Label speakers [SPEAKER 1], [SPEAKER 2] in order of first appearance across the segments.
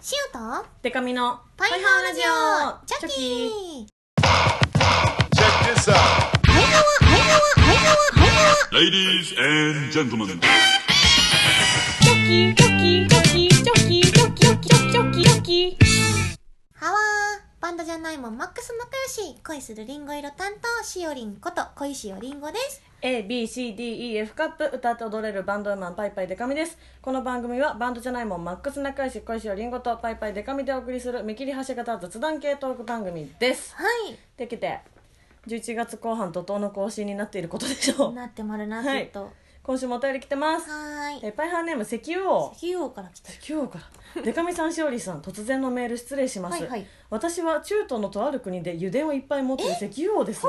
[SPEAKER 1] シュート
[SPEAKER 2] デカミの
[SPEAKER 1] パイハーラジオチョキ
[SPEAKER 3] Check this out.
[SPEAKER 1] パイハワパイハワパイハワパイハ
[SPEAKER 3] Ladies and gentlemen.
[SPEAKER 2] チョキチョキチョキチョキチョキチョキチョキチョキ
[SPEAKER 1] ワハワーバンドじゃないもんマックス仲良し恋するリンゴ色担当しおりんこと恋しおりんごです
[SPEAKER 2] A, B, C, D, E, F カップ歌って踊れるバンドウーマンパイパイデカミですこの番組はバンドじゃないもんマックス仲良し恋しよりんごとパイパイデカミでお送りする見切り発車型雑談系トーク番組です
[SPEAKER 1] はい
[SPEAKER 2] できて11月後半怒涛の更新になっていることでしょう
[SPEAKER 1] なってまるなずっとは
[SPEAKER 2] 今週もお便り来てます
[SPEAKER 1] ーい
[SPEAKER 2] えーパイハーネーム石油王
[SPEAKER 1] 石油王から来た
[SPEAKER 2] 今日からデカミさんしおりさん突然のメール失礼します、
[SPEAKER 1] はいはい
[SPEAKER 2] 私は中東のとある国で油田をいっぱい持っている石油王です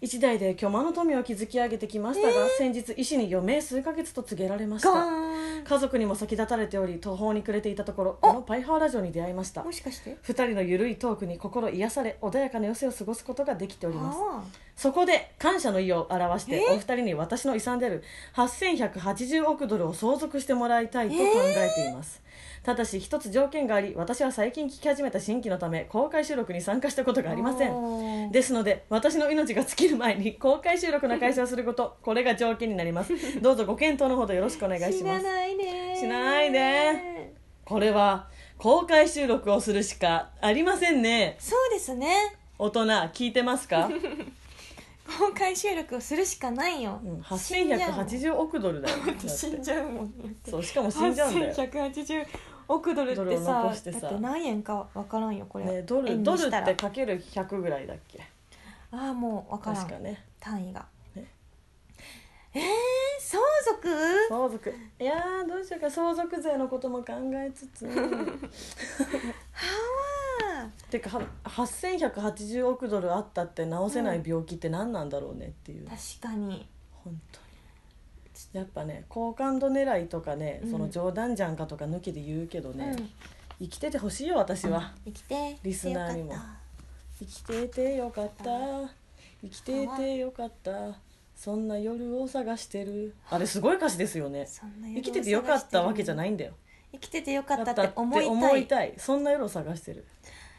[SPEAKER 2] 一代で巨万の富を築き上げてきましたが、先日医師に余命数ヶ月と告げられまし
[SPEAKER 1] ゴ
[SPEAKER 2] た
[SPEAKER 1] ーン
[SPEAKER 2] 家族にも先立たれており途方に暮れていたところこのパイハーラジオに出会いました
[SPEAKER 1] もしかして
[SPEAKER 2] 二人のゆるいトークに心癒され穏やかな余生を過ごすことができております
[SPEAKER 1] あ
[SPEAKER 2] そこで感謝の意を表して
[SPEAKER 1] え
[SPEAKER 2] お二人に私の遺産である8180億ドルを相続してもらいたいと考えています、ただし一つ条件があり私は最近聞き始めた新規のため公開収録に参加したことが
[SPEAKER 1] ー
[SPEAKER 2] ありません
[SPEAKER 1] おー
[SPEAKER 2] ですので私の命が尽きる前に公開収録の開催をすることこれが条件になりますどうぞご検討のほどよろしくお願いし
[SPEAKER 1] 死
[SPEAKER 2] ま
[SPEAKER 1] な
[SPEAKER 2] す
[SPEAKER 1] ないねー
[SPEAKER 2] 死なないねこれは公開収録をするしかありませんね
[SPEAKER 1] そうですね
[SPEAKER 2] 大人聞いてま すか、
[SPEAKER 1] 公開収録をするしかないよ、
[SPEAKER 2] うん、
[SPEAKER 1] 死んじゃうもん
[SPEAKER 2] 8180億ドルだよだって
[SPEAKER 1] 死んじゃうもん
[SPEAKER 2] そうしかも死んじゃうんだよ、
[SPEAKER 1] 8180億ドルって
[SPEAKER 2] ドルを
[SPEAKER 1] さ
[SPEAKER 2] 残してさ
[SPEAKER 1] だって何円か分からんよこれ、
[SPEAKER 2] ね、ドル
[SPEAKER 1] 円
[SPEAKER 2] ド
[SPEAKER 1] に
[SPEAKER 2] ル
[SPEAKER 1] し
[SPEAKER 2] った
[SPEAKER 1] ら
[SPEAKER 2] てかける100ぐらいだっけ
[SPEAKER 1] ああもう分から
[SPEAKER 2] 確
[SPEAKER 1] ん
[SPEAKER 2] かね
[SPEAKER 1] 単位が、
[SPEAKER 2] ね
[SPEAKER 1] えー、相続
[SPEAKER 2] 相続いやーどうしようか相続税のことも考えつ つ
[SPEAKER 1] はあ
[SPEAKER 2] てかは8180億ドルあったって治せない病気って何なんだろうねっていう、
[SPEAKER 1] 確かに
[SPEAKER 2] 本当にやっぱね好感度狙いとかね、
[SPEAKER 1] うん
[SPEAKER 2] その冗談じゃんかとか抜きで言うけどね、
[SPEAKER 1] うん
[SPEAKER 2] 生きててほしいよ私は
[SPEAKER 1] 生きて
[SPEAKER 2] リスナーにも
[SPEAKER 1] よか
[SPEAKER 2] 生きててよかった生きててよかったそんな夜を探してるあれすごい歌詞ですよね
[SPEAKER 1] ったそんな
[SPEAKER 2] 生きててよかったわけじゃないいんだよ
[SPEAKER 1] 生きててよかったって思いたい
[SPEAKER 2] 思いたいそんな夜を探してる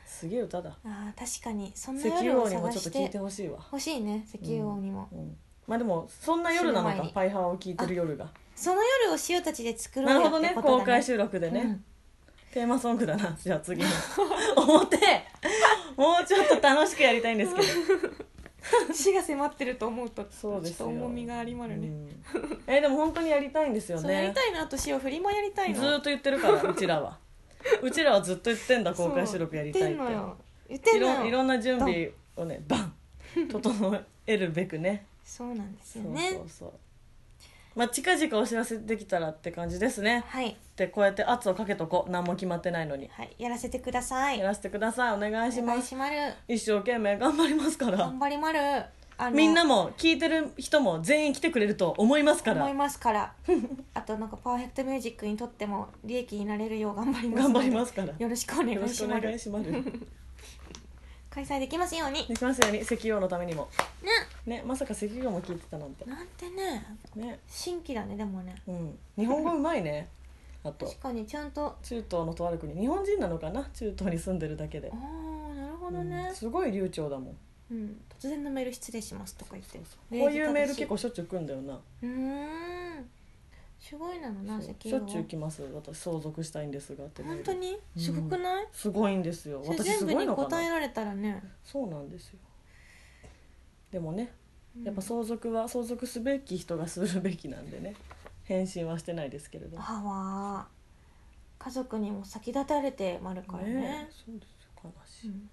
[SPEAKER 2] すげえ歌だ
[SPEAKER 1] あー確かにそんな
[SPEAKER 2] 石油
[SPEAKER 1] 夜
[SPEAKER 2] 王
[SPEAKER 1] を
[SPEAKER 2] にも
[SPEAKER 1] 探
[SPEAKER 2] ちょっと
[SPEAKER 1] し
[SPEAKER 2] 聞い
[SPEAKER 1] て
[SPEAKER 2] てほしいわ、
[SPEAKER 1] 欲しいね石油王にも、
[SPEAKER 2] うん、まあでもそんな夜なの
[SPEAKER 1] 死ぬ
[SPEAKER 2] か
[SPEAKER 1] 前に
[SPEAKER 2] パイハワを聞いてる夜が
[SPEAKER 1] その夜を塩たちで作ろう
[SPEAKER 2] な
[SPEAKER 1] よ
[SPEAKER 2] る
[SPEAKER 1] ってこ
[SPEAKER 2] ほ
[SPEAKER 1] とだ
[SPEAKER 2] どね
[SPEAKER 1] ね
[SPEAKER 2] 公開収録でね、
[SPEAKER 1] うん
[SPEAKER 2] テーマソングだなじゃあ 次の表もうちょっと楽しくやりたいんですけど
[SPEAKER 1] 死が迫ってると思うと
[SPEAKER 2] そうですよ
[SPEAKER 1] ちょっと重みがありまるね、
[SPEAKER 2] うんえでも本当にやりたいんですよ
[SPEAKER 1] そうやり
[SPEAKER 2] ね
[SPEAKER 1] たいなとしよう振りもやりたいの
[SPEAKER 2] ずーっと言ってるからうちらはうちらはずっと言ってんだ
[SPEAKER 1] そう
[SPEAKER 2] 公開収録やりたい
[SPEAKER 1] 言
[SPEAKER 2] って
[SPEAKER 1] ってんのよ言って
[SPEAKER 2] い
[SPEAKER 1] んの
[SPEAKER 2] ろ
[SPEAKER 1] よ
[SPEAKER 2] いろんな準備をねバ ン整えるべくね
[SPEAKER 1] そうなんです
[SPEAKER 2] そ
[SPEAKER 1] よ
[SPEAKER 2] う
[SPEAKER 1] ね
[SPEAKER 2] そうそうまあ近々お知らせできたらって感じですね
[SPEAKER 1] はい、
[SPEAKER 2] でこうやって圧をかけとこう何も決まってないのに
[SPEAKER 1] はい、やらせてください
[SPEAKER 2] やらせてくださいお願いし
[SPEAKER 1] お
[SPEAKER 2] ま
[SPEAKER 1] 願い
[SPEAKER 2] す
[SPEAKER 1] しまる
[SPEAKER 2] 一生懸命頑張りますから
[SPEAKER 1] 頑張りまるあの
[SPEAKER 2] みんなも聞いてる人も全員来てくれると思いますから
[SPEAKER 1] 思いますからあとなんかパーフェクトミュージックにとっても利益になれるよう頑張ります
[SPEAKER 2] 頑
[SPEAKER 1] ので
[SPEAKER 2] 張りますから
[SPEAKER 1] よろしくお願
[SPEAKER 2] よろ
[SPEAKER 1] い
[SPEAKER 2] し
[SPEAKER 1] し
[SPEAKER 2] くお
[SPEAKER 1] ま
[SPEAKER 2] 願い
[SPEAKER 1] す
[SPEAKER 2] します。で
[SPEAKER 1] 開催できますようにね
[SPEAKER 2] きますように石油王のためにも。ね、まさか石油王も聞いてたなんて。
[SPEAKER 1] なんてね
[SPEAKER 2] ね、
[SPEAKER 1] 新規だねでもね
[SPEAKER 2] うん、日本語うまいね。あと
[SPEAKER 1] 確かにちゃんと
[SPEAKER 2] 中東のとある国、日本人なのかな、中東に住んでるだけで
[SPEAKER 1] あ。あなるほどね
[SPEAKER 2] うん、すごい流暢だもん。
[SPEAKER 1] うん、突然のメール失礼しますとか言って
[SPEAKER 2] こういうメール結構しょっちゅう来るんだよな。
[SPEAKER 1] うーんすごいなのな
[SPEAKER 2] そう
[SPEAKER 1] 石
[SPEAKER 2] しょ
[SPEAKER 1] 油
[SPEAKER 2] っ
[SPEAKER 1] 王
[SPEAKER 2] ちゅう来ます。私相続したいんですがってメール。
[SPEAKER 1] 本当に
[SPEAKER 2] うん
[SPEAKER 1] すごくない、
[SPEAKER 2] すごいんですよ。
[SPEAKER 1] それ
[SPEAKER 2] 私す
[SPEAKER 1] 全部
[SPEAKER 2] ごい
[SPEAKER 1] に
[SPEAKER 2] のか
[SPEAKER 1] 答え
[SPEAKER 2] な。
[SPEAKER 1] られたらね、
[SPEAKER 2] そうなんですよ。でもね、
[SPEAKER 1] うん
[SPEAKER 2] やっぱ相続は相続すべき人がするべきなんでね。返信はしてないですけれども。
[SPEAKER 1] 母は家族にも先立たれてまるからね
[SPEAKER 2] ねえそうですよ悲し
[SPEAKER 1] う
[SPEAKER 2] い、
[SPEAKER 1] ん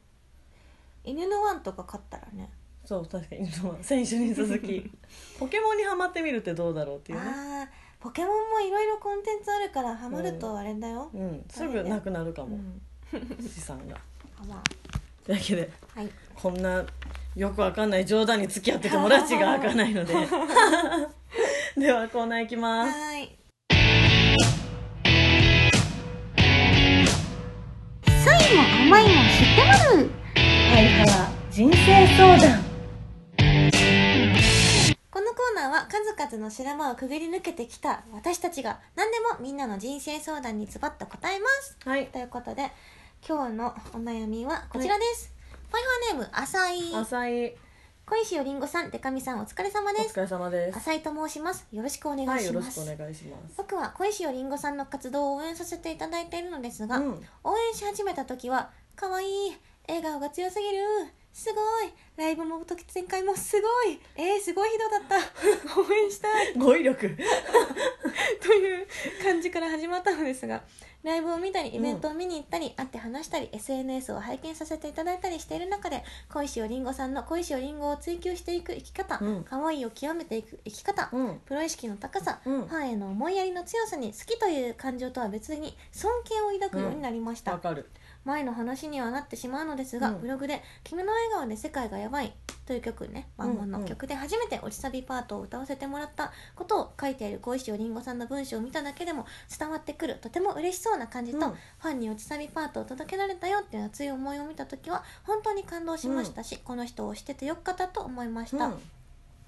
[SPEAKER 1] 犬のワンとか飼ったらね
[SPEAKER 2] そう確かに今先週に 続きポケモンにはまってみるってどうだろうっていうね
[SPEAKER 1] あーポケモンもいろいろコンテンツあるからハマるとあれだよ、
[SPEAKER 2] うんすぐなくなるか
[SPEAKER 1] う
[SPEAKER 2] も、
[SPEAKER 1] ん
[SPEAKER 2] 資産が
[SPEAKER 1] ハワ
[SPEAKER 2] というわけで
[SPEAKER 1] ーはい
[SPEAKER 2] こんなよくわかんない冗談に付き合って友達が開かな いのでではコーナーいきます
[SPEAKER 1] はーい酸いも甘いも知ってまる
[SPEAKER 2] はいは人生相談
[SPEAKER 1] このコーナーは家数々の修羅場をくぐり抜けてきた私たちが何でもみんなの人生相談にズバッと答えます
[SPEAKER 2] はい
[SPEAKER 1] ということで今日のお悩みはこちらです、パイファーネーム浅井
[SPEAKER 2] 浅井
[SPEAKER 1] 小石よりんごさんでかみさんお疲れ様
[SPEAKER 2] お
[SPEAKER 1] です
[SPEAKER 2] 疲れ様です
[SPEAKER 1] 浅井と申しますよろしくお願いしま
[SPEAKER 2] はい
[SPEAKER 1] す、
[SPEAKER 2] よろしくお願いします
[SPEAKER 1] 僕は小石よりんごさんの活動を応援させていただいているのですが、
[SPEAKER 2] うん
[SPEAKER 1] 応援し始めた時は可愛い笑顔が強すぎるすごいライブも時展開もすごいえー、すごい人だった 応援したい
[SPEAKER 2] 語彙力
[SPEAKER 1] という感じから始まったのですがライブを見たりイベントを見に行ったり、会って話したり SNS を拝見させていただいたりしている中で小石よりんごさんの小石よりんごを追求していく生き方、
[SPEAKER 2] うん
[SPEAKER 1] 可愛いを極めていく生き方、
[SPEAKER 2] うん
[SPEAKER 1] プロ意識の高さ、
[SPEAKER 2] うん
[SPEAKER 1] ファンへの思いやりの強さに好きという感情とは別に尊敬を抱くようになりました、
[SPEAKER 2] わかる
[SPEAKER 1] 前の話にはなってしまうのですが、
[SPEAKER 2] うん
[SPEAKER 1] ブログで「君の笑顔で世界がやばい」という曲ねワンマン
[SPEAKER 2] うん
[SPEAKER 1] の
[SPEAKER 2] うん
[SPEAKER 1] 曲で初めて落ちサビパートを歌わせてもらったことを書いている小石よりんごさんの文章を見ただけでも伝わってくるとても嬉しそうな感じと、
[SPEAKER 2] うん
[SPEAKER 1] ファンに落ちサビパートを届けられたよっていう熱い思いを見た時は本当に感動しましたし、この人をしててよかったと思いました、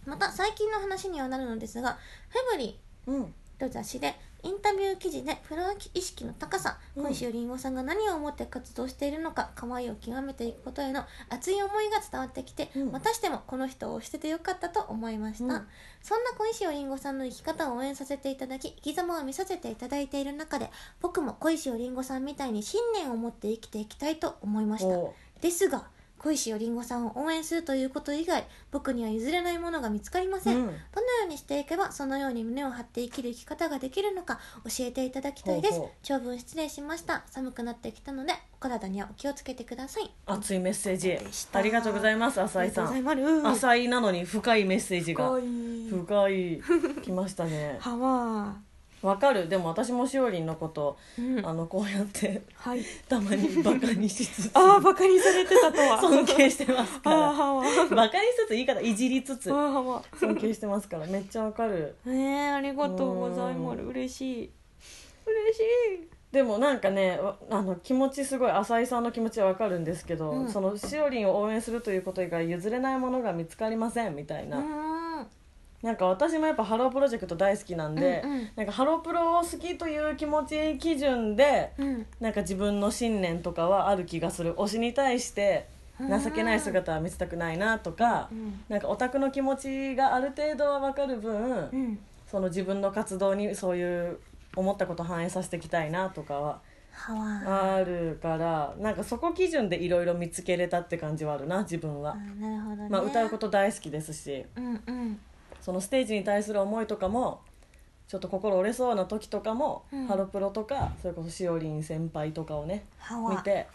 [SPEAKER 1] また最近の話にはなるのですがフェブリー
[SPEAKER 2] うんうん
[SPEAKER 1] という雑誌でインタビュー記事でプロ意識の高さ
[SPEAKER 2] うん
[SPEAKER 1] 小石よりんごさんが何を思って活動しているのか可愛いを極めていくことへの熱い思いが伝わってきて、
[SPEAKER 2] うん
[SPEAKER 1] またしてもこの人を推しててよかったと思いました、
[SPEAKER 2] うん
[SPEAKER 1] そんな小石よりんごさんの生き方を応援させていただき生き様を見させていただいている中で僕も小石よりんごさんみたいに信念を持って生きていきたいと思いました
[SPEAKER 2] お
[SPEAKER 1] ですが小石よりんごさんを応援するということ以外僕には譲れないものが見つかりま
[SPEAKER 2] う
[SPEAKER 1] せん、
[SPEAKER 2] ん
[SPEAKER 1] どのようにしていけばそのように胸を張って生きる生き方ができるのか教えていただきたいです
[SPEAKER 2] ほうほう
[SPEAKER 1] 長文失礼しました寒くなってきたのでお体にはお気をつけてください
[SPEAKER 2] 熱いメッセージ
[SPEAKER 1] でした
[SPEAKER 2] ありがとうございます浅井さん
[SPEAKER 1] ありがとうございます
[SPEAKER 2] 浅井なのに深いメッセージが
[SPEAKER 1] い
[SPEAKER 2] 深いきましたね
[SPEAKER 1] はわ
[SPEAKER 2] わかるでも私もしおりんのこと、
[SPEAKER 1] うん
[SPEAKER 2] あのこうやって
[SPEAKER 1] はい
[SPEAKER 2] たまにバカにしつつ
[SPEAKER 1] ああバカにされてたとは
[SPEAKER 2] 尊敬してます
[SPEAKER 1] あ
[SPEAKER 2] か
[SPEAKER 1] ー
[SPEAKER 2] ら
[SPEAKER 1] はわ
[SPEAKER 2] バカにしつつ言い方いじりつつ
[SPEAKER 1] あーはわ
[SPEAKER 2] 尊敬してますからめっちゃわかる
[SPEAKER 1] ねえありがとうございます
[SPEAKER 2] う
[SPEAKER 1] 嬉しい嬉しい
[SPEAKER 2] でもなんかねわあの気持ちすごい浅井さんの気持ちはわかるんですけど、
[SPEAKER 1] うん
[SPEAKER 2] そのしおりんを応援するということ以外譲れないものが見つかりませんみたいうな、
[SPEAKER 1] ん
[SPEAKER 2] なんか私もやっぱハロープロジェクト大好きなんで、
[SPEAKER 1] うんうん
[SPEAKER 2] なんかハロプロを好きという気持ち基準で
[SPEAKER 1] うん
[SPEAKER 2] なんか自分の信念とかはある気がする推しに対して情けない姿は見せたくないなとか、
[SPEAKER 1] うん
[SPEAKER 2] なんかオタクの気持ちがある程度は分かる分、
[SPEAKER 1] うん
[SPEAKER 2] その自分の活動にそういう思ったこと反映させていきたいなとかは
[SPEAKER 1] はわ
[SPEAKER 2] あるからなんかそこ基準でいろいろ見つけれたって感じはあるな自分は
[SPEAKER 1] あ、ーなるほどね
[SPEAKER 2] まあ、歌うこと大好きですし
[SPEAKER 1] うんうん
[SPEAKER 2] そのステージに対する思いとかもちょっと心折れそうな時とかも、
[SPEAKER 1] うん
[SPEAKER 2] ハロプロとかそれこそしおりん先輩とかをね
[SPEAKER 1] はわ
[SPEAKER 2] 見て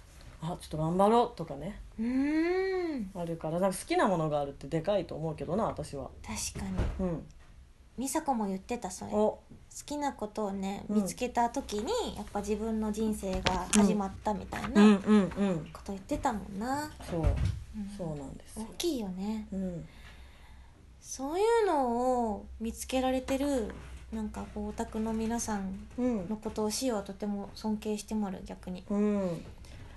[SPEAKER 2] あちょっと頑張ろうとかね
[SPEAKER 1] うーん
[SPEAKER 2] あるからなんか好きなものがあるってでかいと思うけどな私は
[SPEAKER 1] 確かに
[SPEAKER 2] うん
[SPEAKER 1] 美佐子も言ってたそれ好
[SPEAKER 2] お
[SPEAKER 1] きなことをね
[SPEAKER 2] うん
[SPEAKER 1] 見つけた時に、やっぱ自分の人生が始まったみたい
[SPEAKER 2] うん
[SPEAKER 1] な
[SPEAKER 2] うんうん
[SPEAKER 1] こと言ってたもんな、
[SPEAKER 2] そう
[SPEAKER 1] うん
[SPEAKER 2] そうなんです
[SPEAKER 1] 大
[SPEAKER 2] よ
[SPEAKER 1] きいよね
[SPEAKER 2] うん
[SPEAKER 1] そういうのを見つけられてるなんかこうオタクの皆さん
[SPEAKER 2] うん
[SPEAKER 1] のことをしようとても尊敬してもらう逆に
[SPEAKER 2] うん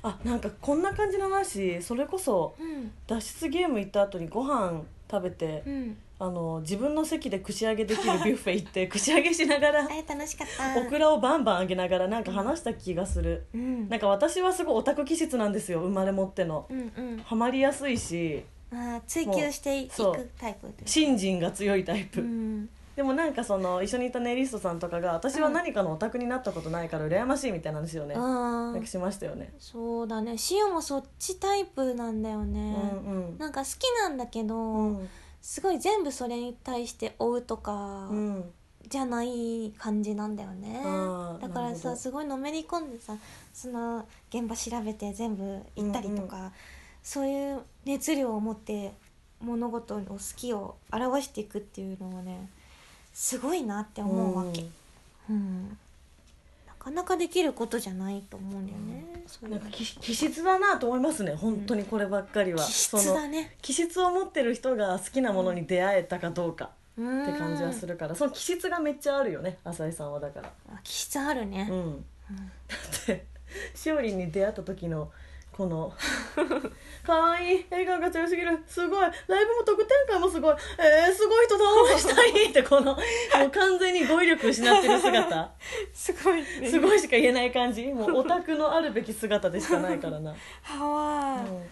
[SPEAKER 2] あなんかこんな感じの話それこそ
[SPEAKER 1] うん
[SPEAKER 2] 脱出ゲーム行った後にご飯食べて、
[SPEAKER 1] うん
[SPEAKER 2] あの自分の席で串揚げできるビュッフェ行って串揚げしながら
[SPEAKER 1] あれ楽しかった
[SPEAKER 2] オクラをバンバン揚げながらなんか話した気がする
[SPEAKER 1] うん
[SPEAKER 2] なんか私はすごいオタク気質なんですよ生まれ持っての
[SPEAKER 1] うんうん
[SPEAKER 2] ハマりやすいし
[SPEAKER 1] あー追求していく
[SPEAKER 2] そう
[SPEAKER 1] タイプで
[SPEAKER 2] 信心が強いタイプ、
[SPEAKER 1] うん
[SPEAKER 2] でもなんかその一緒にいたネイリストさんとかが私は何かのオタクになったことないから羨ましいみたいなんですよね、
[SPEAKER 1] あ
[SPEAKER 2] なん
[SPEAKER 1] あ
[SPEAKER 2] かしましたよね、
[SPEAKER 1] そうだねシオもそっちタイプなんだよ
[SPEAKER 2] う
[SPEAKER 1] ね
[SPEAKER 2] ん、うん
[SPEAKER 1] なんか好きなんだけど、
[SPEAKER 2] うん
[SPEAKER 1] すごい全部それに対して追うとか
[SPEAKER 2] うん
[SPEAKER 1] じゃない感じなんだよね、
[SPEAKER 2] あー
[SPEAKER 1] だから
[SPEAKER 2] なるほど
[SPEAKER 1] さすごいのめり込んでさその現場調べて全部行ったりとか、そういう熱量を持って物事を好きを表していくっていうのはねすごいなって思うわけ、うんなかなかできることじゃないと思うんだよね、そういう
[SPEAKER 2] な
[SPEAKER 1] の
[SPEAKER 2] んか気気質だなと思いますね本当にこればっかりは、
[SPEAKER 1] 気質だ
[SPEAKER 2] の
[SPEAKER 1] ね
[SPEAKER 2] 気質を持ってる人が好きなものに出会えたかどうか
[SPEAKER 1] って
[SPEAKER 2] って感じはするから、その気質がめっちゃあるよね浅井さんはだから
[SPEAKER 1] 気質あるね
[SPEAKER 2] う、んだってしおりんに出会った時のこの 可愛い笑顔が強すぎるすごいライブも特典会もすごいえー、すごい人と応援したいってこのもう完全に語彙力失ってる姿
[SPEAKER 1] すごいね
[SPEAKER 2] すごいしか言えない感じもうオタクのあるべき姿でしかないからな、
[SPEAKER 1] ハワ
[SPEAKER 2] うん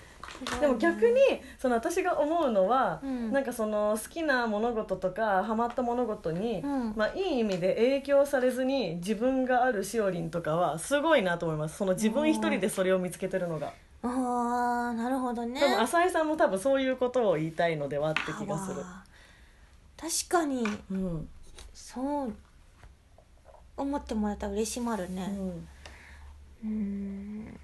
[SPEAKER 1] イ
[SPEAKER 2] でも逆にその私が思うのは、
[SPEAKER 1] うん
[SPEAKER 2] なんかその好きな物事とかハマった物事に、
[SPEAKER 1] うん
[SPEAKER 2] まあ、いい意味で影響されずに自分があるしおりんとかはすごいなと思いますその自分一人でそれを見つけてるのが、
[SPEAKER 1] ああなるほどね
[SPEAKER 2] 多分浅井さんも多分そういうことを言いたいのではって気がする、
[SPEAKER 1] ハワイ確かに
[SPEAKER 2] うん
[SPEAKER 1] そう思ってもらえたら嬉しまる
[SPEAKER 2] う
[SPEAKER 1] ね
[SPEAKER 2] ん
[SPEAKER 1] うんん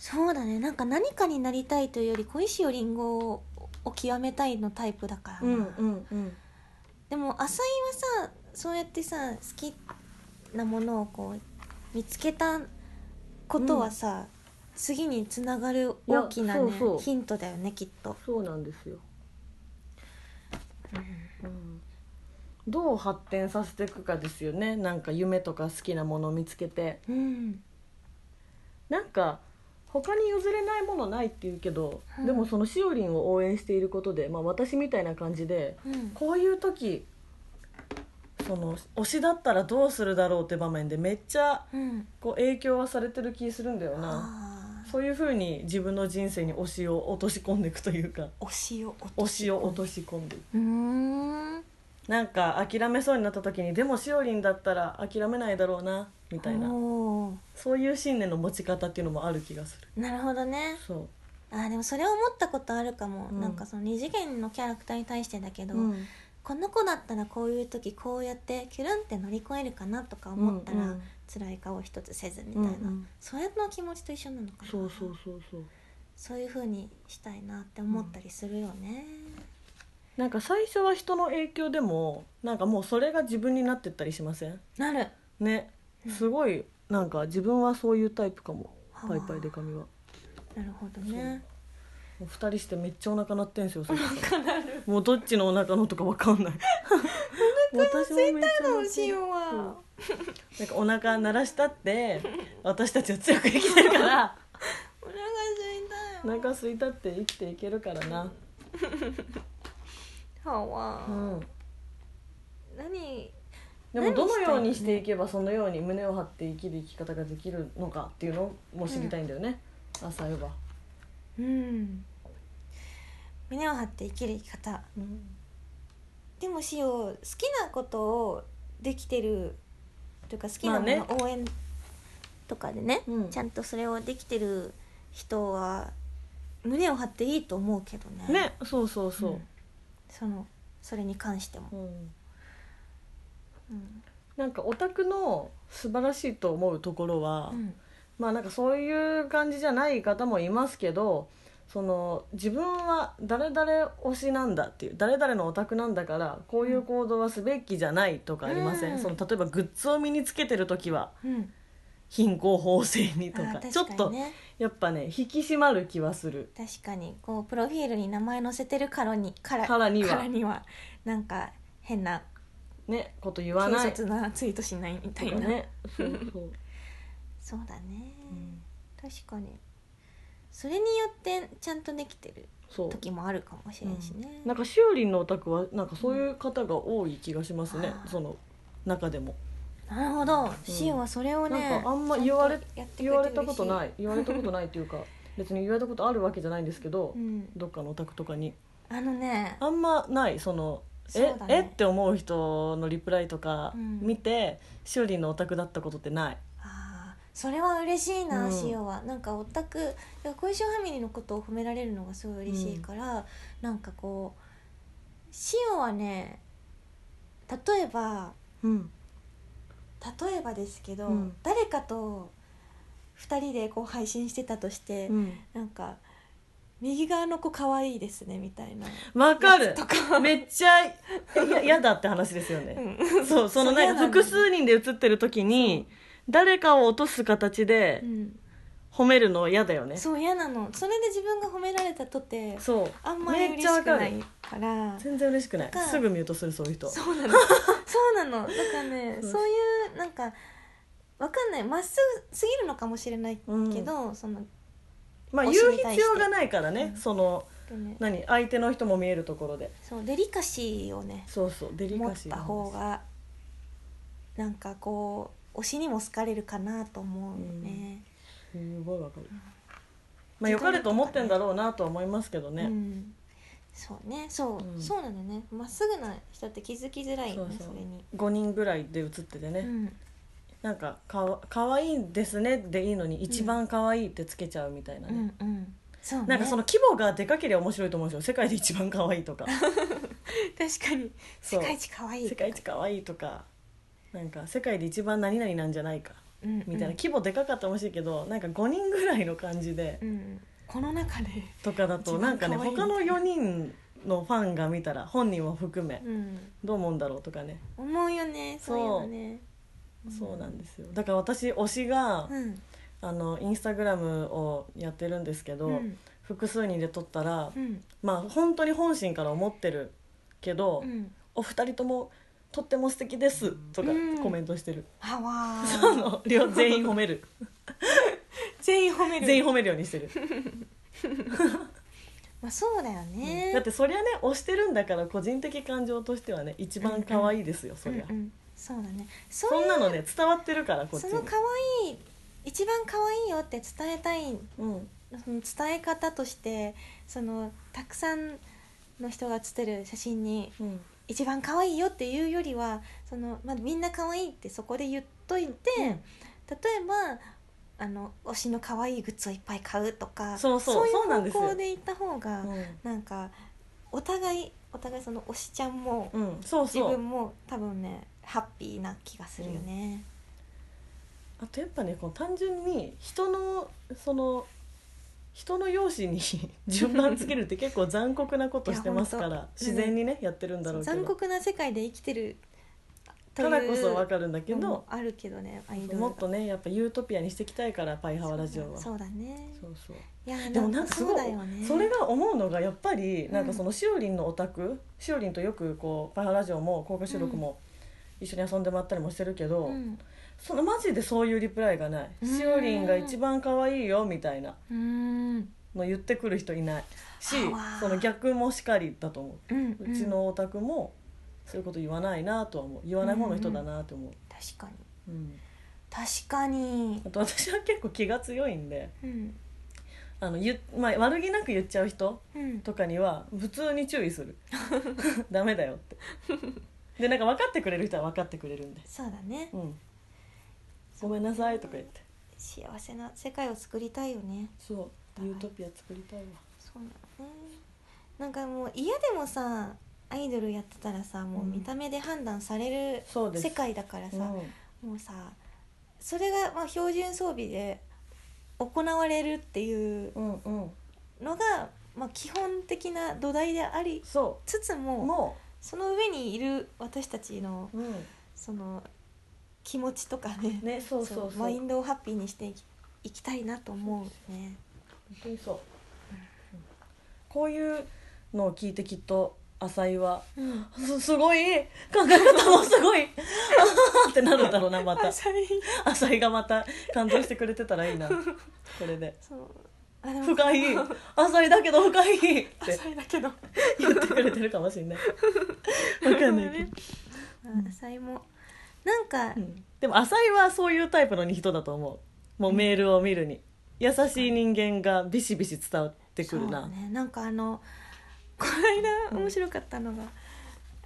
[SPEAKER 1] そうだねなんか何かになりたいというより小石よりんごを極めたいのタイプだからな、
[SPEAKER 2] うんうんうん
[SPEAKER 1] でも浅井はさそうやってさ好きなものをこう見つけたことはさ、次につながる大きない
[SPEAKER 2] や
[SPEAKER 1] ね
[SPEAKER 2] そうそう
[SPEAKER 1] ヒントだよねきっと。
[SPEAKER 2] そうなんですよ、うん、どう発展させていくかですよねなんか夢とか好きなものを見つけて
[SPEAKER 1] うん、
[SPEAKER 2] なんか他に譲れないものないっていうけど、
[SPEAKER 1] うん
[SPEAKER 2] でもそのしおりんを応援していることで、まあ、私みたいな感じで
[SPEAKER 1] うん、
[SPEAKER 2] こういう時その推しだったらどうするだろうって場面でめっちゃ
[SPEAKER 1] うん、
[SPEAKER 2] こう影響はされてる気するんだよな
[SPEAKER 1] あ
[SPEAKER 2] そういうふうに自分の人生に推しを落とし込んでいくというか
[SPEAKER 1] あ推しを落と
[SPEAKER 2] 推しを落とし込んでいく
[SPEAKER 1] うーん
[SPEAKER 2] なんか諦めそうになった時にでもしおりんだったら諦めないだろうなみたいな
[SPEAKER 1] おー
[SPEAKER 2] そういう信念の持ち方っていうのもある気がする
[SPEAKER 1] なるほどね
[SPEAKER 2] そ
[SPEAKER 1] あーでもそれ思ったことあるかも、
[SPEAKER 2] うん
[SPEAKER 1] なんかその二次元のキャラクターに対してだけ
[SPEAKER 2] う、
[SPEAKER 1] ど、
[SPEAKER 2] うん
[SPEAKER 1] この子だったらこういう時こうやってキュルンって乗り越えるかなとか思ったら、
[SPEAKER 2] うんうん
[SPEAKER 1] 辛い顔一つせずみたいな、
[SPEAKER 2] うんうん
[SPEAKER 1] そういうの気持ちと一緒なのかな
[SPEAKER 2] そうそうそうそう
[SPEAKER 1] そういう風にしたいなって思ったりするよね、
[SPEAKER 2] なんか最初は人の影響でもなんかもうそれが自分になってったりしません
[SPEAKER 1] なる
[SPEAKER 2] ねすごいなんか自分はそういうタイプかも
[SPEAKER 1] はあ
[SPEAKER 2] パイパイで髪はも
[SPEAKER 1] なるほどね
[SPEAKER 2] う2人してめっちゃお腹鳴ってんすよそれもうどっちのお腹のとかわかん ない私もめっちゃ
[SPEAKER 1] ど
[SPEAKER 2] 鳴
[SPEAKER 1] う
[SPEAKER 2] っ
[SPEAKER 1] して
[SPEAKER 2] る
[SPEAKER 1] ようは
[SPEAKER 2] なんかお腹鳴らしたって私たちは強く生きてるから
[SPEAKER 1] お腹
[SPEAKER 2] お
[SPEAKER 1] 空いたよ
[SPEAKER 2] 腹空いたって生きていけるからな
[SPEAKER 1] はわ、
[SPEAKER 2] うん
[SPEAKER 1] 何
[SPEAKER 2] でもどのよう
[SPEAKER 1] 何
[SPEAKER 2] に
[SPEAKER 1] し
[SPEAKER 2] した
[SPEAKER 1] い
[SPEAKER 2] て
[SPEAKER 1] の
[SPEAKER 2] いけばそのように胸を張って生きる生き方ができるのかっていうのも知りたいんだよね、朝夜は、
[SPEAKER 1] うん胸を張って生きる生き方でもしよう好きなことをできてるというか好きなも
[SPEAKER 2] ま
[SPEAKER 1] の
[SPEAKER 2] あ
[SPEAKER 1] 応援とかでね,、
[SPEAKER 2] うん
[SPEAKER 1] ちゃんとそれをできてる人は胸を張っていいと思うけどね
[SPEAKER 2] ねそうそうそ
[SPEAKER 1] そのそれに関しても
[SPEAKER 2] う、、うん
[SPEAKER 1] うん
[SPEAKER 2] なんかオタクの素晴らしいと思うところは、
[SPEAKER 1] うん
[SPEAKER 2] まあなんかそういう感じじゃない方もいますけどその自分は誰々推しなんだっていう誰々のオタクなんだからこういう行動はすべきじゃないとかありません、
[SPEAKER 1] うん
[SPEAKER 2] その例えばグッズを身につけてる時は
[SPEAKER 1] うん、
[SPEAKER 2] 貧困法制にと
[SPEAKER 1] あ
[SPEAKER 2] か
[SPEAKER 1] ー
[SPEAKER 2] ちょっ
[SPEAKER 1] 確か
[SPEAKER 2] と
[SPEAKER 1] にね
[SPEAKER 2] やっぱね引き締まる気はする
[SPEAKER 1] 確かにこうプロフィールに名前載せてるからにから
[SPEAKER 2] からには
[SPEAKER 1] からにはなんか変な
[SPEAKER 2] ねこと言わ
[SPEAKER 1] 軽
[SPEAKER 2] ない
[SPEAKER 1] 率なツイートしないみた
[SPEAKER 2] と
[SPEAKER 1] い
[SPEAKER 2] か
[SPEAKER 1] な、
[SPEAKER 2] ねそうそう、
[SPEAKER 1] そうだね、
[SPEAKER 2] うん
[SPEAKER 1] 確かにそれによってちゃんとできてる
[SPEAKER 2] そう
[SPEAKER 1] 時もあるかもしれんしね、
[SPEAKER 2] なんかしおりんのお宅はなんかそういう方が多い気がしますね、
[SPEAKER 1] うん
[SPEAKER 2] その中でも
[SPEAKER 1] なるほど、シオはそれをね
[SPEAKER 2] なんかあんま
[SPEAKER 1] ちゃと
[SPEAKER 2] 言われ
[SPEAKER 1] やってく
[SPEAKER 2] 言われた
[SPEAKER 1] 嬉
[SPEAKER 2] こ
[SPEAKER 1] し
[SPEAKER 2] とない言われたことないってい うか別に言われたことあるわけじゃないんですけど、
[SPEAKER 1] うん、
[SPEAKER 2] どっかのお宅とかに
[SPEAKER 1] あのね
[SPEAKER 2] あんまないその
[SPEAKER 1] そうだね
[SPEAKER 2] ええって思う人のリプライとか
[SPEAKER 1] うん
[SPEAKER 2] 見て、しおりんのお宅だったことってない
[SPEAKER 1] あーそれは嬉しいな、
[SPEAKER 2] うん
[SPEAKER 1] シオはなんかオタク小石ファミリーのことを褒められるのがすごい嬉しいから、なんかこうシオはね例えば
[SPEAKER 2] うん
[SPEAKER 1] 例えばですけど、
[SPEAKER 2] うん
[SPEAKER 1] 誰かと2人でこう配信してたとして、
[SPEAKER 2] うん
[SPEAKER 1] なんか右側の子可愛いですねみたいな
[SPEAKER 2] わかる
[SPEAKER 1] とか
[SPEAKER 2] めっちゃややだって話ですよね、そうその
[SPEAKER 1] そう
[SPEAKER 2] なんか
[SPEAKER 1] やなの
[SPEAKER 2] 複数人で写ってる時に誰かを落とす形で
[SPEAKER 1] うん、
[SPEAKER 2] 褒めるの嫌だよね、
[SPEAKER 1] そう嫌なのそれで自分が褒められたとて
[SPEAKER 2] そう
[SPEAKER 1] あんまり嬉しくないから
[SPEAKER 2] 全然嬉しくない
[SPEAKER 1] なんか
[SPEAKER 2] すぐミュートするそういう人
[SPEAKER 1] そうな のそうなのだからね
[SPEAKER 2] そう
[SPEAKER 1] そういうなんかわかんないまっすぐすぎるのかもしれないけど、その
[SPEAKER 2] まあ
[SPEAKER 1] 推
[SPEAKER 2] 言
[SPEAKER 1] し
[SPEAKER 2] う
[SPEAKER 1] に対して
[SPEAKER 2] 必要がないからね、その
[SPEAKER 1] でね
[SPEAKER 2] 何相手の人も見えるところで
[SPEAKER 1] そうデリカシーをね
[SPEAKER 2] そうそうデリ
[SPEAKER 1] 持っ
[SPEAKER 2] カシー
[SPEAKER 1] た
[SPEAKER 2] なんです
[SPEAKER 1] 方がなんかこう推しにも好かれるかなと思うよね。
[SPEAKER 2] すごいわかる、まあ良かれと思ってんだろうなとは思いますけど
[SPEAKER 1] う
[SPEAKER 2] ね、
[SPEAKER 1] んそうねそう、
[SPEAKER 2] うん
[SPEAKER 1] そうなのねまっすぐな人って気づきづらいよね
[SPEAKER 2] そう
[SPEAKER 1] そ
[SPEAKER 2] そう
[SPEAKER 1] れに。
[SPEAKER 2] 5人ぐらいで写っててね、
[SPEAKER 1] うん
[SPEAKER 2] なんかかわ「かわいいですね」でいいのに「一番かわいい」ってつけちゃうみたいな
[SPEAKER 1] う
[SPEAKER 2] ね、
[SPEAKER 1] んうんそうね
[SPEAKER 2] なんかその規模がでかければ面白いと思うんですよ世界で一番かわいいとか
[SPEAKER 1] 確かに
[SPEAKER 2] そ
[SPEAKER 1] 世
[SPEAKER 2] う
[SPEAKER 1] 界一可愛い
[SPEAKER 2] 世界一かわいいとかなんか世界で一番何々なんじゃないか
[SPEAKER 1] うん
[SPEAKER 2] みたいな、規模でかかったら面白いけどなんか5人ぐらいの感じで
[SPEAKER 1] うん、うん、この中で、
[SPEAKER 2] とかだ
[SPEAKER 1] 一
[SPEAKER 2] と
[SPEAKER 1] 番
[SPEAKER 2] なんかね
[SPEAKER 1] 可愛い
[SPEAKER 2] 他の4人のファンが見たら本人も含め
[SPEAKER 1] うん、
[SPEAKER 2] どう思うんだろうとかね
[SPEAKER 1] 思うよねそういうのね。
[SPEAKER 2] そうなんですよだから私推しが、
[SPEAKER 1] うん
[SPEAKER 2] あのインスタグラムをやってるんですけど、
[SPEAKER 1] うん
[SPEAKER 2] 複数人で撮ったら、
[SPEAKER 1] うん
[SPEAKER 2] まあ本当に本心から思ってるけど、
[SPEAKER 1] うん
[SPEAKER 2] お二人ともとっても素敵ですとか
[SPEAKER 1] うん
[SPEAKER 2] コメントしてる、
[SPEAKER 1] あわー
[SPEAKER 2] あの両全員褒める
[SPEAKER 1] 全員褒める
[SPEAKER 2] 全員褒めるようにしてる、
[SPEAKER 1] まあそうだよね、
[SPEAKER 2] だってそりゃね推してるんだから個人的感情としてはね一番可愛いですよ、そりゃ、
[SPEAKER 1] うんうん、そうだねそう
[SPEAKER 2] そ
[SPEAKER 1] いうん
[SPEAKER 2] なのね伝わってるからこっち
[SPEAKER 1] そ
[SPEAKER 2] に
[SPEAKER 1] の可愛い一番可愛いよって伝えたい
[SPEAKER 2] うん
[SPEAKER 1] その伝え方としてそのたくさんの人が写ってる写真に
[SPEAKER 2] うん
[SPEAKER 1] 一番可愛いよっていうよりはその、まあ、みんな可愛いってそこで言っといて、
[SPEAKER 2] うん
[SPEAKER 1] 例えばあの推しの可愛いグッズをいっぱい買うとか
[SPEAKER 2] そうそう
[SPEAKER 1] い
[SPEAKER 2] そうなんで
[SPEAKER 1] う
[SPEAKER 2] すよ
[SPEAKER 1] 方向で行った方が
[SPEAKER 2] うん
[SPEAKER 1] なんかお互いお互いその推しちゃんも、
[SPEAKER 2] うん、そう
[SPEAKER 1] 自
[SPEAKER 2] そう
[SPEAKER 1] 分も多分ねハッピーな気がするよね。
[SPEAKER 2] あとやっぱねこう単純に人のその人の容姿に 順番つけるって結構残酷なことしてますか
[SPEAKER 1] いや
[SPEAKER 2] ら
[SPEAKER 1] 当
[SPEAKER 2] 自然にねやってるんだろうけど
[SPEAKER 1] 残酷な世界で生きてるとい
[SPEAKER 2] か
[SPEAKER 1] う
[SPEAKER 2] らこそわかるんだけ
[SPEAKER 1] の
[SPEAKER 2] ど
[SPEAKER 1] も、あるけどねアイドルが
[SPEAKER 2] もっとねやっぱユートピアにしていきたいからパイハワラジオは
[SPEAKER 1] そうだね
[SPEAKER 2] そうそう
[SPEAKER 1] いや
[SPEAKER 2] でもなんかす
[SPEAKER 1] そう
[SPEAKER 2] ごい
[SPEAKER 1] だよね
[SPEAKER 2] それが思うのがやっぱり
[SPEAKER 1] ん
[SPEAKER 2] なんかそのしおりんのお宅しおりんとよくこうパイハワラジオも公開収録も一緒に遊んでもらったりもしてるけど、
[SPEAKER 1] うん
[SPEAKER 2] そのマジでそういうリプライがない、
[SPEAKER 1] うん
[SPEAKER 2] しおりんが一番可愛いよみたいな
[SPEAKER 1] うん
[SPEAKER 2] の言ってくる人いないし
[SPEAKER 1] あわー
[SPEAKER 2] その逆もしかりだと思
[SPEAKER 1] う
[SPEAKER 2] う、
[SPEAKER 1] ん
[SPEAKER 2] うちのオタクもそういうこと言わないなとは思う言わない方の人だなと思う、
[SPEAKER 1] 確かに
[SPEAKER 2] うん
[SPEAKER 1] 確かに
[SPEAKER 2] あと 私は結構気が強いんで
[SPEAKER 1] うん
[SPEAKER 2] あのゆ、まあ、悪気なく言っちゃう人
[SPEAKER 1] うん
[SPEAKER 2] とかには普通に注意 するダメだよってでなんか分かってくれる人は分かってくれるんで
[SPEAKER 1] そうだね
[SPEAKER 2] 「うん、ごめんなさい」とか言って
[SPEAKER 1] 幸せな世界を作りたいよね
[SPEAKER 2] そうユートピア作りたいわ
[SPEAKER 1] そうだねなんかもう嫌でもさアイドルやってたらさもう見た目で判断される
[SPEAKER 2] そうです
[SPEAKER 1] 世界だからさ、
[SPEAKER 2] うん
[SPEAKER 1] もうさそれがまあ標準装備で行われるっていう
[SPEAKER 2] うんうん
[SPEAKER 1] のが、まあ、基本的な土台であり
[SPEAKER 2] そ
[SPEAKER 1] つつ
[SPEAKER 2] う
[SPEAKER 1] も
[SPEAKER 2] も
[SPEAKER 1] その上にいる私たちの
[SPEAKER 2] う、うん、
[SPEAKER 1] その気持ちとかね
[SPEAKER 2] ねそうそうそう
[SPEAKER 1] そうマインドをハッピーにしていきいきたいなと思うね。
[SPEAKER 2] 本当にそう、こういうのを聞いてきっと浅井は
[SPEAKER 1] うん、
[SPEAKER 2] すすごい考え方もすごい ってなるだろうなまた
[SPEAKER 1] 浅い
[SPEAKER 2] 浅井がまた感動してくれてたらいいなこれで
[SPEAKER 1] そうあでも
[SPEAKER 2] 深い浅井だけど深い って
[SPEAKER 1] 浅いだけど
[SPEAKER 2] 言ってくれてるかもしれ ないわ かんないけど、
[SPEAKER 1] まあ浅いもなんか、
[SPEAKER 2] うんでも浅井はそういうタイプの人だと思うもうメールを見るに優しい人間がビシビシ伝わってく
[SPEAKER 1] そう
[SPEAKER 2] るな、
[SPEAKER 1] ね、なんかあのこの間面白かったのが、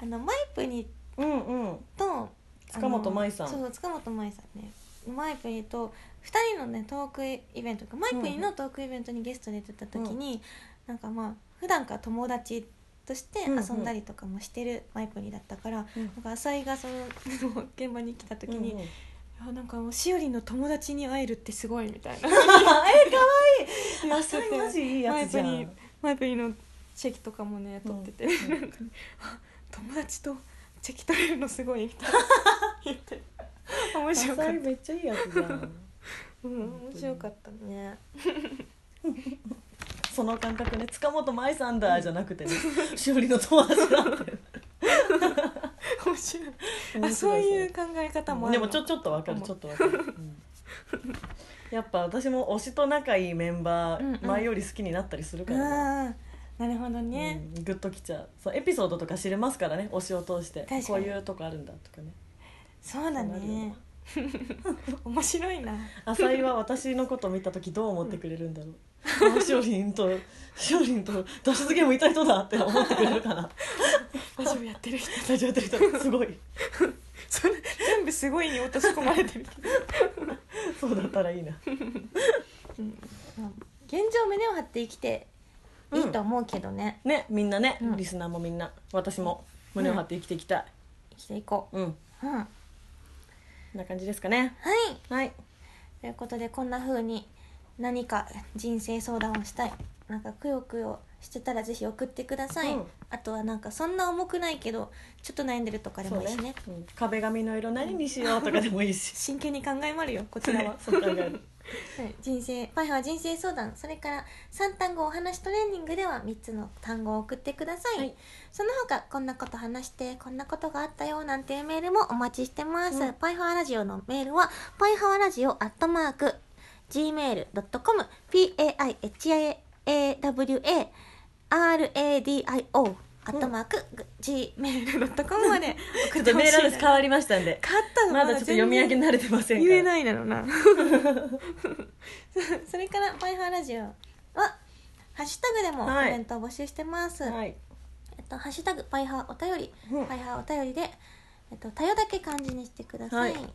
[SPEAKER 1] あのマイプに
[SPEAKER 2] うんうん
[SPEAKER 1] と
[SPEAKER 2] 塚本舞さん
[SPEAKER 1] あのそう塚本舞さんねマイプにと2人のねトークイベントマイプにのトークイベントにゲストで出た時に、なんかまあ普段から友達として
[SPEAKER 2] うんうん
[SPEAKER 1] 遊んだりとかもしてるマイプにだったから、
[SPEAKER 2] うん
[SPEAKER 1] なんか浅井がその 現場に来た時に、
[SPEAKER 2] うん うん
[SPEAKER 1] いやなんかもうしおりんの友達に会えるってすごいみたいな
[SPEAKER 2] え可愛い。浅井マジいいやつじゃ
[SPEAKER 1] マイ
[SPEAKER 2] ん
[SPEAKER 1] プ。マイプにのチェキとかもね撮ってて、
[SPEAKER 2] うん
[SPEAKER 1] なんかねあ友達とチェキ撮れるのすごいみたいな 言って面白かっ
[SPEAKER 2] 浅
[SPEAKER 1] た
[SPEAKER 2] 井、めっちゃいいやつじゃん。
[SPEAKER 1] うん、面白かったね
[SPEAKER 2] その感覚ね、塚本舞さんだじゃなく てね、しおりの友達だって。
[SPEAKER 1] 面白い
[SPEAKER 2] 面白
[SPEAKER 1] あそういう
[SPEAKER 2] そ
[SPEAKER 1] 考え方もあ
[SPEAKER 2] で
[SPEAKER 1] る
[SPEAKER 2] も
[SPEAKER 1] の
[SPEAKER 2] ちょちょっとわかる、ちょっとわかる。うんやっぱ私も推しと仲いいメンバ
[SPEAKER 1] うんう
[SPEAKER 2] ー
[SPEAKER 1] ん
[SPEAKER 2] 前より好きになったりする
[SPEAKER 1] う
[SPEAKER 2] か
[SPEAKER 1] ん
[SPEAKER 2] らね、
[SPEAKER 1] なるほどね、
[SPEAKER 2] うんグッときちゃうそうエピソードとか知れますからね推しを通して
[SPEAKER 1] 確かに
[SPEAKER 2] こういうとこあるんだとかね
[SPEAKER 1] そうだね 面白いな
[SPEAKER 2] 浅井は私のこと見た時どう思ってくれる んだろうあしおりんとしおりんと脱出ゲームいた人だって思ってくれるかな
[SPEAKER 1] ラジオやってる人
[SPEAKER 2] 大丈夫やってる人すごい
[SPEAKER 1] それ全部すごいに落とし込まれてる、
[SPEAKER 2] そうだったらいいな
[SPEAKER 1] うんまあ 現状胸を張って生きていいと思うけどね、
[SPEAKER 2] ねみんなね、
[SPEAKER 1] うん
[SPEAKER 2] リスナーもみんな私も胸を張って生きていきたい
[SPEAKER 1] 生きていこ
[SPEAKER 2] うん、こ
[SPEAKER 1] ううんはい
[SPEAKER 2] んな感じですかねはい
[SPEAKER 1] ということでこんな風に何か人生相談をしたいなんかくよくよしてたらぜひ送ってください、
[SPEAKER 2] うん
[SPEAKER 1] あとはなんかそんな重くないけどちょっと悩んでるとかで
[SPEAKER 2] そ
[SPEAKER 1] も
[SPEAKER 2] う
[SPEAKER 1] いいしね
[SPEAKER 2] ね、うん壁紙の色何にしようとかでもいいし
[SPEAKER 1] 真剣に考えまる よこち
[SPEAKER 2] そ
[SPEAKER 1] ら
[SPEAKER 2] れ
[SPEAKER 1] は
[SPEAKER 2] はそう考える
[SPEAKER 1] はい人生パイハは人生相談それから3単語お話トレーニングでは3つの単語を送ってください、
[SPEAKER 2] はい
[SPEAKER 1] その他こんなこと話してこんなことがあったよなんていうメールもお待ちしてます、
[SPEAKER 2] うん
[SPEAKER 1] パイハワラジオのメールはパイハワラジオアットマーク gmail.com p-a-i-h-a-w-a r-a-d-i-o アットマーク gmail.com まで送って
[SPEAKER 2] で
[SPEAKER 1] ほし
[SPEAKER 2] メ
[SPEAKER 1] い
[SPEAKER 2] ールアドレス変わりましたんで
[SPEAKER 1] 買ったの
[SPEAKER 2] まだちょっと読み上げ慣れてませんから
[SPEAKER 1] 言えないだろうな それから「パイハーラジオ」はハッシュタグでもコ
[SPEAKER 2] はい
[SPEAKER 1] メントを募集してます、
[SPEAKER 2] はい、
[SPEAKER 1] えっと、ハッシュタグパイハーお便り、
[SPEAKER 2] うん
[SPEAKER 1] パイハーお便りでえっと多様だけ漢字にしてください、
[SPEAKER 2] はい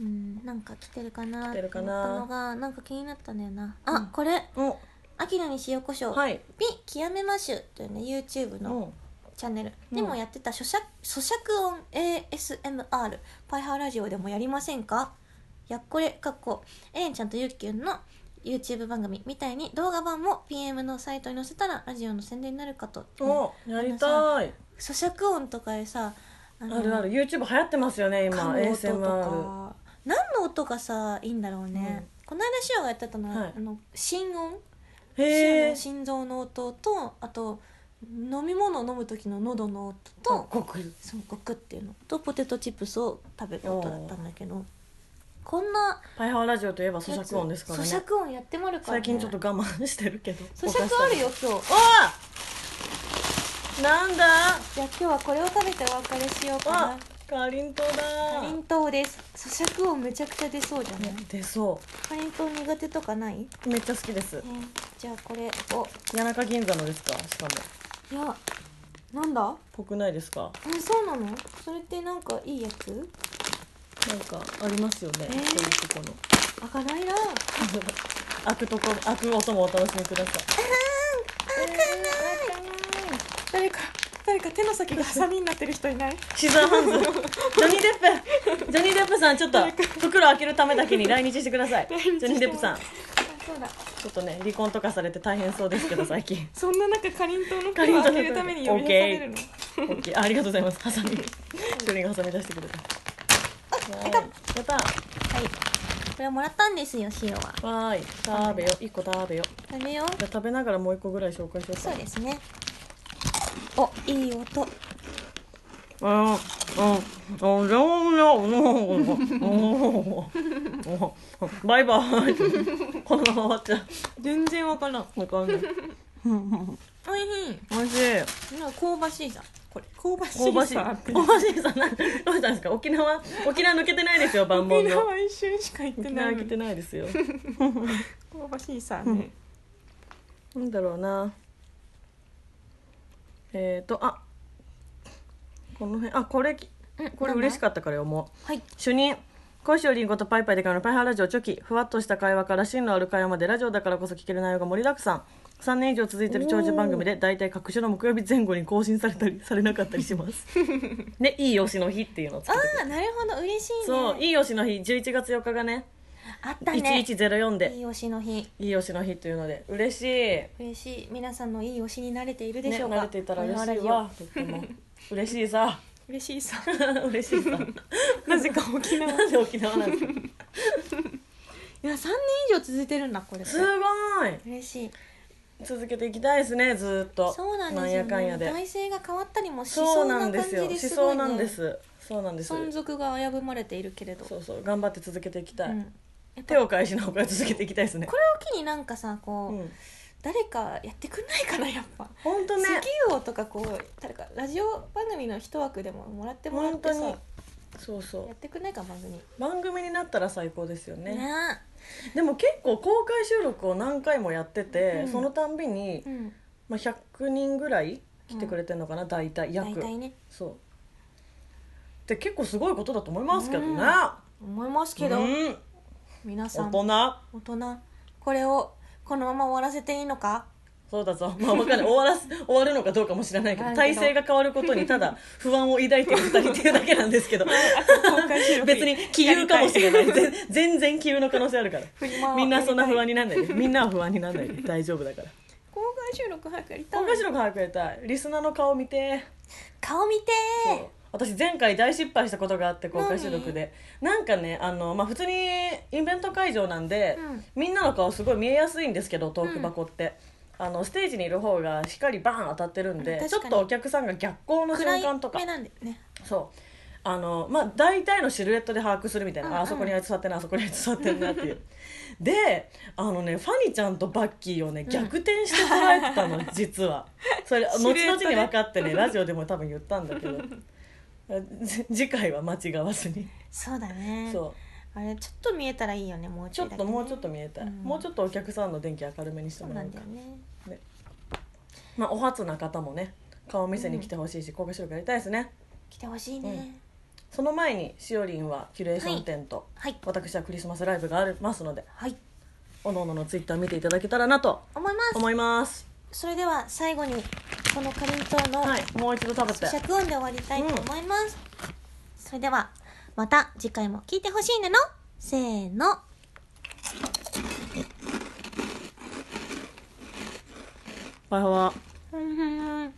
[SPEAKER 1] うんなんか来てるかなっ
[SPEAKER 2] 来
[SPEAKER 1] てて
[SPEAKER 2] るか
[SPEAKER 1] 思っ
[SPEAKER 2] な
[SPEAKER 1] たのがなんか気になったんだよなあ、
[SPEAKER 2] うん
[SPEAKER 1] これ
[SPEAKER 2] うん
[SPEAKER 1] 秋のに塩コショウ、
[SPEAKER 2] はい
[SPEAKER 1] ピ極めましゅというね YouTube の
[SPEAKER 2] うん
[SPEAKER 1] チャンネル
[SPEAKER 2] うん
[SPEAKER 1] でもやってた咀嚼咀嚼音 ASMR パイハーラジオでもやりませんかやっこれかっこえんちゃんとゆっきゅんの YouTube 番組みたいに動画版も PM のサイトに載せたらラジオの宣伝になるかと咀
[SPEAKER 2] おやりたい
[SPEAKER 1] 嚼音とかでさあ
[SPEAKER 2] あるある YouTube 流行ってますよね今
[SPEAKER 1] 噛む音と
[SPEAKER 2] ASMR
[SPEAKER 1] か何の音がさいいんだろうね、この間シオがやってたのは、
[SPEAKER 2] はい
[SPEAKER 1] あの心音
[SPEAKER 2] へえ
[SPEAKER 1] シオの心臓の音とあと飲み物を飲む時の喉の音と、
[SPEAKER 2] ごく
[SPEAKER 1] そうゴクっていうのとポテトチップスを食べることだったんだけどこんな
[SPEAKER 2] パイハワラジオといえば咀
[SPEAKER 1] やつ
[SPEAKER 2] 嚼音ですからね
[SPEAKER 1] 咀嚼音やってまるから、
[SPEAKER 2] 最
[SPEAKER 1] ね、
[SPEAKER 2] 近ちょっと我慢してるけど
[SPEAKER 1] 咀嚼あるよ今日
[SPEAKER 2] おーなんだ
[SPEAKER 1] じゃあ今日はこれを食べてお別れしようか
[SPEAKER 2] あ
[SPEAKER 1] な
[SPEAKER 2] かりんとう
[SPEAKER 1] か
[SPEAKER 2] だ
[SPEAKER 1] りんとうです咀嚼音めちゃくちゃ出そうじゃない
[SPEAKER 2] ね出そ
[SPEAKER 1] かりんとう苦手とかない、ね、
[SPEAKER 2] うめっちゃ好きです
[SPEAKER 1] じゃあこれを
[SPEAKER 2] 谷中銀座のですかしかも
[SPEAKER 1] いやなんだ
[SPEAKER 2] ぽくないですか
[SPEAKER 1] えそうなのそれってなんかいいやつ
[SPEAKER 2] なんかありますよね、
[SPEAKER 1] えー
[SPEAKER 2] そういうとこの
[SPEAKER 1] あかないな
[SPEAKER 2] 開くとこ開く音もお楽しみくださ
[SPEAKER 1] 誰か誰か手の先がハサミになってる人いない
[SPEAKER 2] いシザーハン ズジョニー・デップジョニー・デップさんちょっと袋開けるためだけに来日してくださ いジ
[SPEAKER 1] 来日してます
[SPEAKER 2] ョニー・デップさん
[SPEAKER 1] あそうだ
[SPEAKER 2] ちょっとね離婚とかされて大変そう ですけど最近
[SPEAKER 1] そんな中かりんとうの声を当てるために呼び出されるの。
[SPEAKER 2] オッケーありがとうございますハサ ミ処理がハサミ出してくれたはい
[SPEAKER 1] 痛っ
[SPEAKER 2] やった
[SPEAKER 1] はい。これはもらったんですよ、塩は。
[SPEAKER 2] わーい食べよ一個食べよ
[SPEAKER 1] 食べよう。
[SPEAKER 2] じゃあ食べながらもう一個ぐらい紹介しようか
[SPEAKER 1] そうですね。お、いい音。
[SPEAKER 2] うんうんうんうんうんバイバイこのまま終わっちゃう
[SPEAKER 1] 全然わからん。
[SPEAKER 2] わかんない
[SPEAKER 1] おいしい。
[SPEAKER 2] 美味しい
[SPEAKER 1] なんか香ばしいさ。これ香ばしいさ。
[SPEAKER 2] 香ばしい香ばしいさなどうしたんですか沖縄沖縄抜けてないですよ万
[SPEAKER 1] み
[SPEAKER 2] 本
[SPEAKER 1] んな
[SPEAKER 2] の
[SPEAKER 1] は一瞬しか言って
[SPEAKER 2] 沖
[SPEAKER 1] な
[SPEAKER 2] 縄
[SPEAKER 1] い
[SPEAKER 2] 抜
[SPEAKER 1] の
[SPEAKER 2] け
[SPEAKER 1] に。
[SPEAKER 2] てないですよ
[SPEAKER 1] 香ばしいさね。
[SPEAKER 2] なんだろうなえっ、ー、とあこの辺あこれ
[SPEAKER 1] うん
[SPEAKER 2] これ嬉し
[SPEAKER 1] っ
[SPEAKER 2] かったから読もう
[SPEAKER 1] た。はい。
[SPEAKER 2] 主任小石りんごとパイパイでかのパイハーラジオチョキふわっとした会話から芯のある会話までラジオだからこそ聞ける内容が盛りだくさん3年以上続いている長寿番組で大体各種の木曜日前後に更新されたりさ れなかったりします ねいい推しの日っていうのを
[SPEAKER 1] あ
[SPEAKER 2] 作って
[SPEAKER 1] あ、なるほど。嬉しいね。
[SPEAKER 2] そういい推しの日11月4日がね
[SPEAKER 1] あったね。
[SPEAKER 2] 1104で
[SPEAKER 1] いい推しの日。
[SPEAKER 2] いい推しの日というので嬉しいね
[SPEAKER 1] 嬉しい。皆さんのいい推しに慣れているでしょうか。
[SPEAKER 2] 慣れていたら嬉しい
[SPEAKER 1] 我々は
[SPEAKER 2] わ。とっても嬉しいさ
[SPEAKER 1] 嬉しいさ。
[SPEAKER 2] 嬉しいさ
[SPEAKER 1] なぜか沖縄。
[SPEAKER 2] なんで沖縄なんで すか
[SPEAKER 1] いや3年以上続いてるんだこれ
[SPEAKER 2] すごい
[SPEAKER 1] 嬉しい
[SPEAKER 2] 続けていきたいですねずーっと
[SPEAKER 1] そうなん
[SPEAKER 2] ん
[SPEAKER 1] ですよ
[SPEAKER 2] やかん
[SPEAKER 1] ね
[SPEAKER 2] やで
[SPEAKER 1] 体制が変わったりもし
[SPEAKER 2] そ
[SPEAKER 1] そうう
[SPEAKER 2] な
[SPEAKER 1] なん
[SPEAKER 2] で
[SPEAKER 1] 感
[SPEAKER 2] す
[SPEAKER 1] じ
[SPEAKER 2] よ思
[SPEAKER 1] ですご
[SPEAKER 2] 想
[SPEAKER 1] い、ね、
[SPEAKER 2] なんですそうなんです
[SPEAKER 1] 存続が危ぶまれているけれど
[SPEAKER 2] そうそう頑張って続けていきたい、
[SPEAKER 1] うん
[SPEAKER 2] 手を返しのおか続けていきたいですね
[SPEAKER 1] これを機になんかさこ
[SPEAKER 2] う
[SPEAKER 1] う、
[SPEAKER 2] ん
[SPEAKER 1] 誰かやってくんないかなやっぱ。
[SPEAKER 2] 本当ね
[SPEAKER 1] 石油王とかこう誰かラジオ番組の一枠でももらってもらっ
[SPEAKER 2] 本
[SPEAKER 1] て
[SPEAKER 2] 当
[SPEAKER 1] さ
[SPEAKER 2] に
[SPEAKER 1] や
[SPEAKER 2] そうそ
[SPEAKER 1] ってくんないか番組ね
[SPEAKER 2] う番組になったら最高ですよね
[SPEAKER 1] ね
[SPEAKER 2] でも結構公開収録を何回もやってて、
[SPEAKER 1] うん
[SPEAKER 2] そのたんびに
[SPEAKER 1] う、ん
[SPEAKER 2] まあ、100人ぐらい来てくれてるのかな、大体約
[SPEAKER 1] 大体ね
[SPEAKER 2] そうで結構すごいことだと思いますけどね、
[SPEAKER 1] うん思いますけど、
[SPEAKER 2] うん
[SPEAKER 1] 皆さ
[SPEAKER 2] 大
[SPEAKER 1] ん
[SPEAKER 2] 人
[SPEAKER 1] 大人これをこのまま終わらせていいの か
[SPEAKER 2] そうだぞ、まあ、わかんない終わらす終わるのかどうかも知らないけど
[SPEAKER 1] わかんないけ
[SPEAKER 2] 体
[SPEAKER 1] ど
[SPEAKER 2] 制が変わることに ただ不安を抱いている2人っていうだけなんですけど別に気憂かもしれない全全然気憂の可能性あるから
[SPEAKER 1] 振り回
[SPEAKER 2] みんなそんな不安
[SPEAKER 1] に
[SPEAKER 2] になんないでみんなは不安になんないで大丈夫 だから
[SPEAKER 1] 公開収録早くやりたい
[SPEAKER 2] 今回白く早くやりたいリスナーの顔見て
[SPEAKER 1] 顔見て
[SPEAKER 2] そう私前回大失敗したことがあって公開収録でなんかねあの、まあ、普通にイベント会場なんで、
[SPEAKER 1] うん
[SPEAKER 2] みんなの顔すごい見えやすいんですけどトーク箱って、あのステージにいる方が光バーン当たってるん
[SPEAKER 1] うん
[SPEAKER 2] でち
[SPEAKER 1] 確
[SPEAKER 2] ょっ
[SPEAKER 1] かに
[SPEAKER 2] とお客さんが逆光の
[SPEAKER 1] 暗
[SPEAKER 2] 瞬
[SPEAKER 1] い
[SPEAKER 2] 間とか
[SPEAKER 1] 目なんだよね
[SPEAKER 2] そうあのまあ大体のシルエットで把握するみたいな、
[SPEAKER 1] うんうん
[SPEAKER 2] あそこにあいつ座ってんなあそこにあいつ座ってんなっ ていうであのねファニちゃんとバッキーをね逆転して捉えてたの、 実はそれ後
[SPEAKER 1] シルエッ
[SPEAKER 2] 々
[SPEAKER 1] トで
[SPEAKER 2] に分かってねラジオでも多分言ったんだけ どじ次回は間違わずに、
[SPEAKER 1] そうだね
[SPEAKER 2] そう
[SPEAKER 1] あれちょっと見えたらいいよねもう
[SPEAKER 2] ちょっ
[SPEAKER 1] だ
[SPEAKER 2] と
[SPEAKER 1] けね
[SPEAKER 2] もうちょっと見えたい、
[SPEAKER 1] うん
[SPEAKER 2] もうちょっとお客さんの電気明るめにして
[SPEAKER 1] そう
[SPEAKER 2] も
[SPEAKER 1] な
[SPEAKER 2] らおうん
[SPEAKER 1] だ
[SPEAKER 2] か
[SPEAKER 1] よね
[SPEAKER 2] まあお初な方もね顔見せに来てほしいし公開収録やりたいですね
[SPEAKER 1] 来てほしいね、
[SPEAKER 2] うんその前にしおりんはキュレーションテント、
[SPEAKER 1] はい
[SPEAKER 2] 私はクリスマスライブがありますので
[SPEAKER 1] はい
[SPEAKER 2] おのおののツイッター見ていただけたらなと
[SPEAKER 1] 思います
[SPEAKER 2] 思います
[SPEAKER 1] それでは最後にこのかりんとうの
[SPEAKER 2] はいもう一度食べて
[SPEAKER 1] 尺音で終わりたいと思います、それではまた次回も聞いてほしいなのせーの
[SPEAKER 2] バイバイ
[SPEAKER 1] うん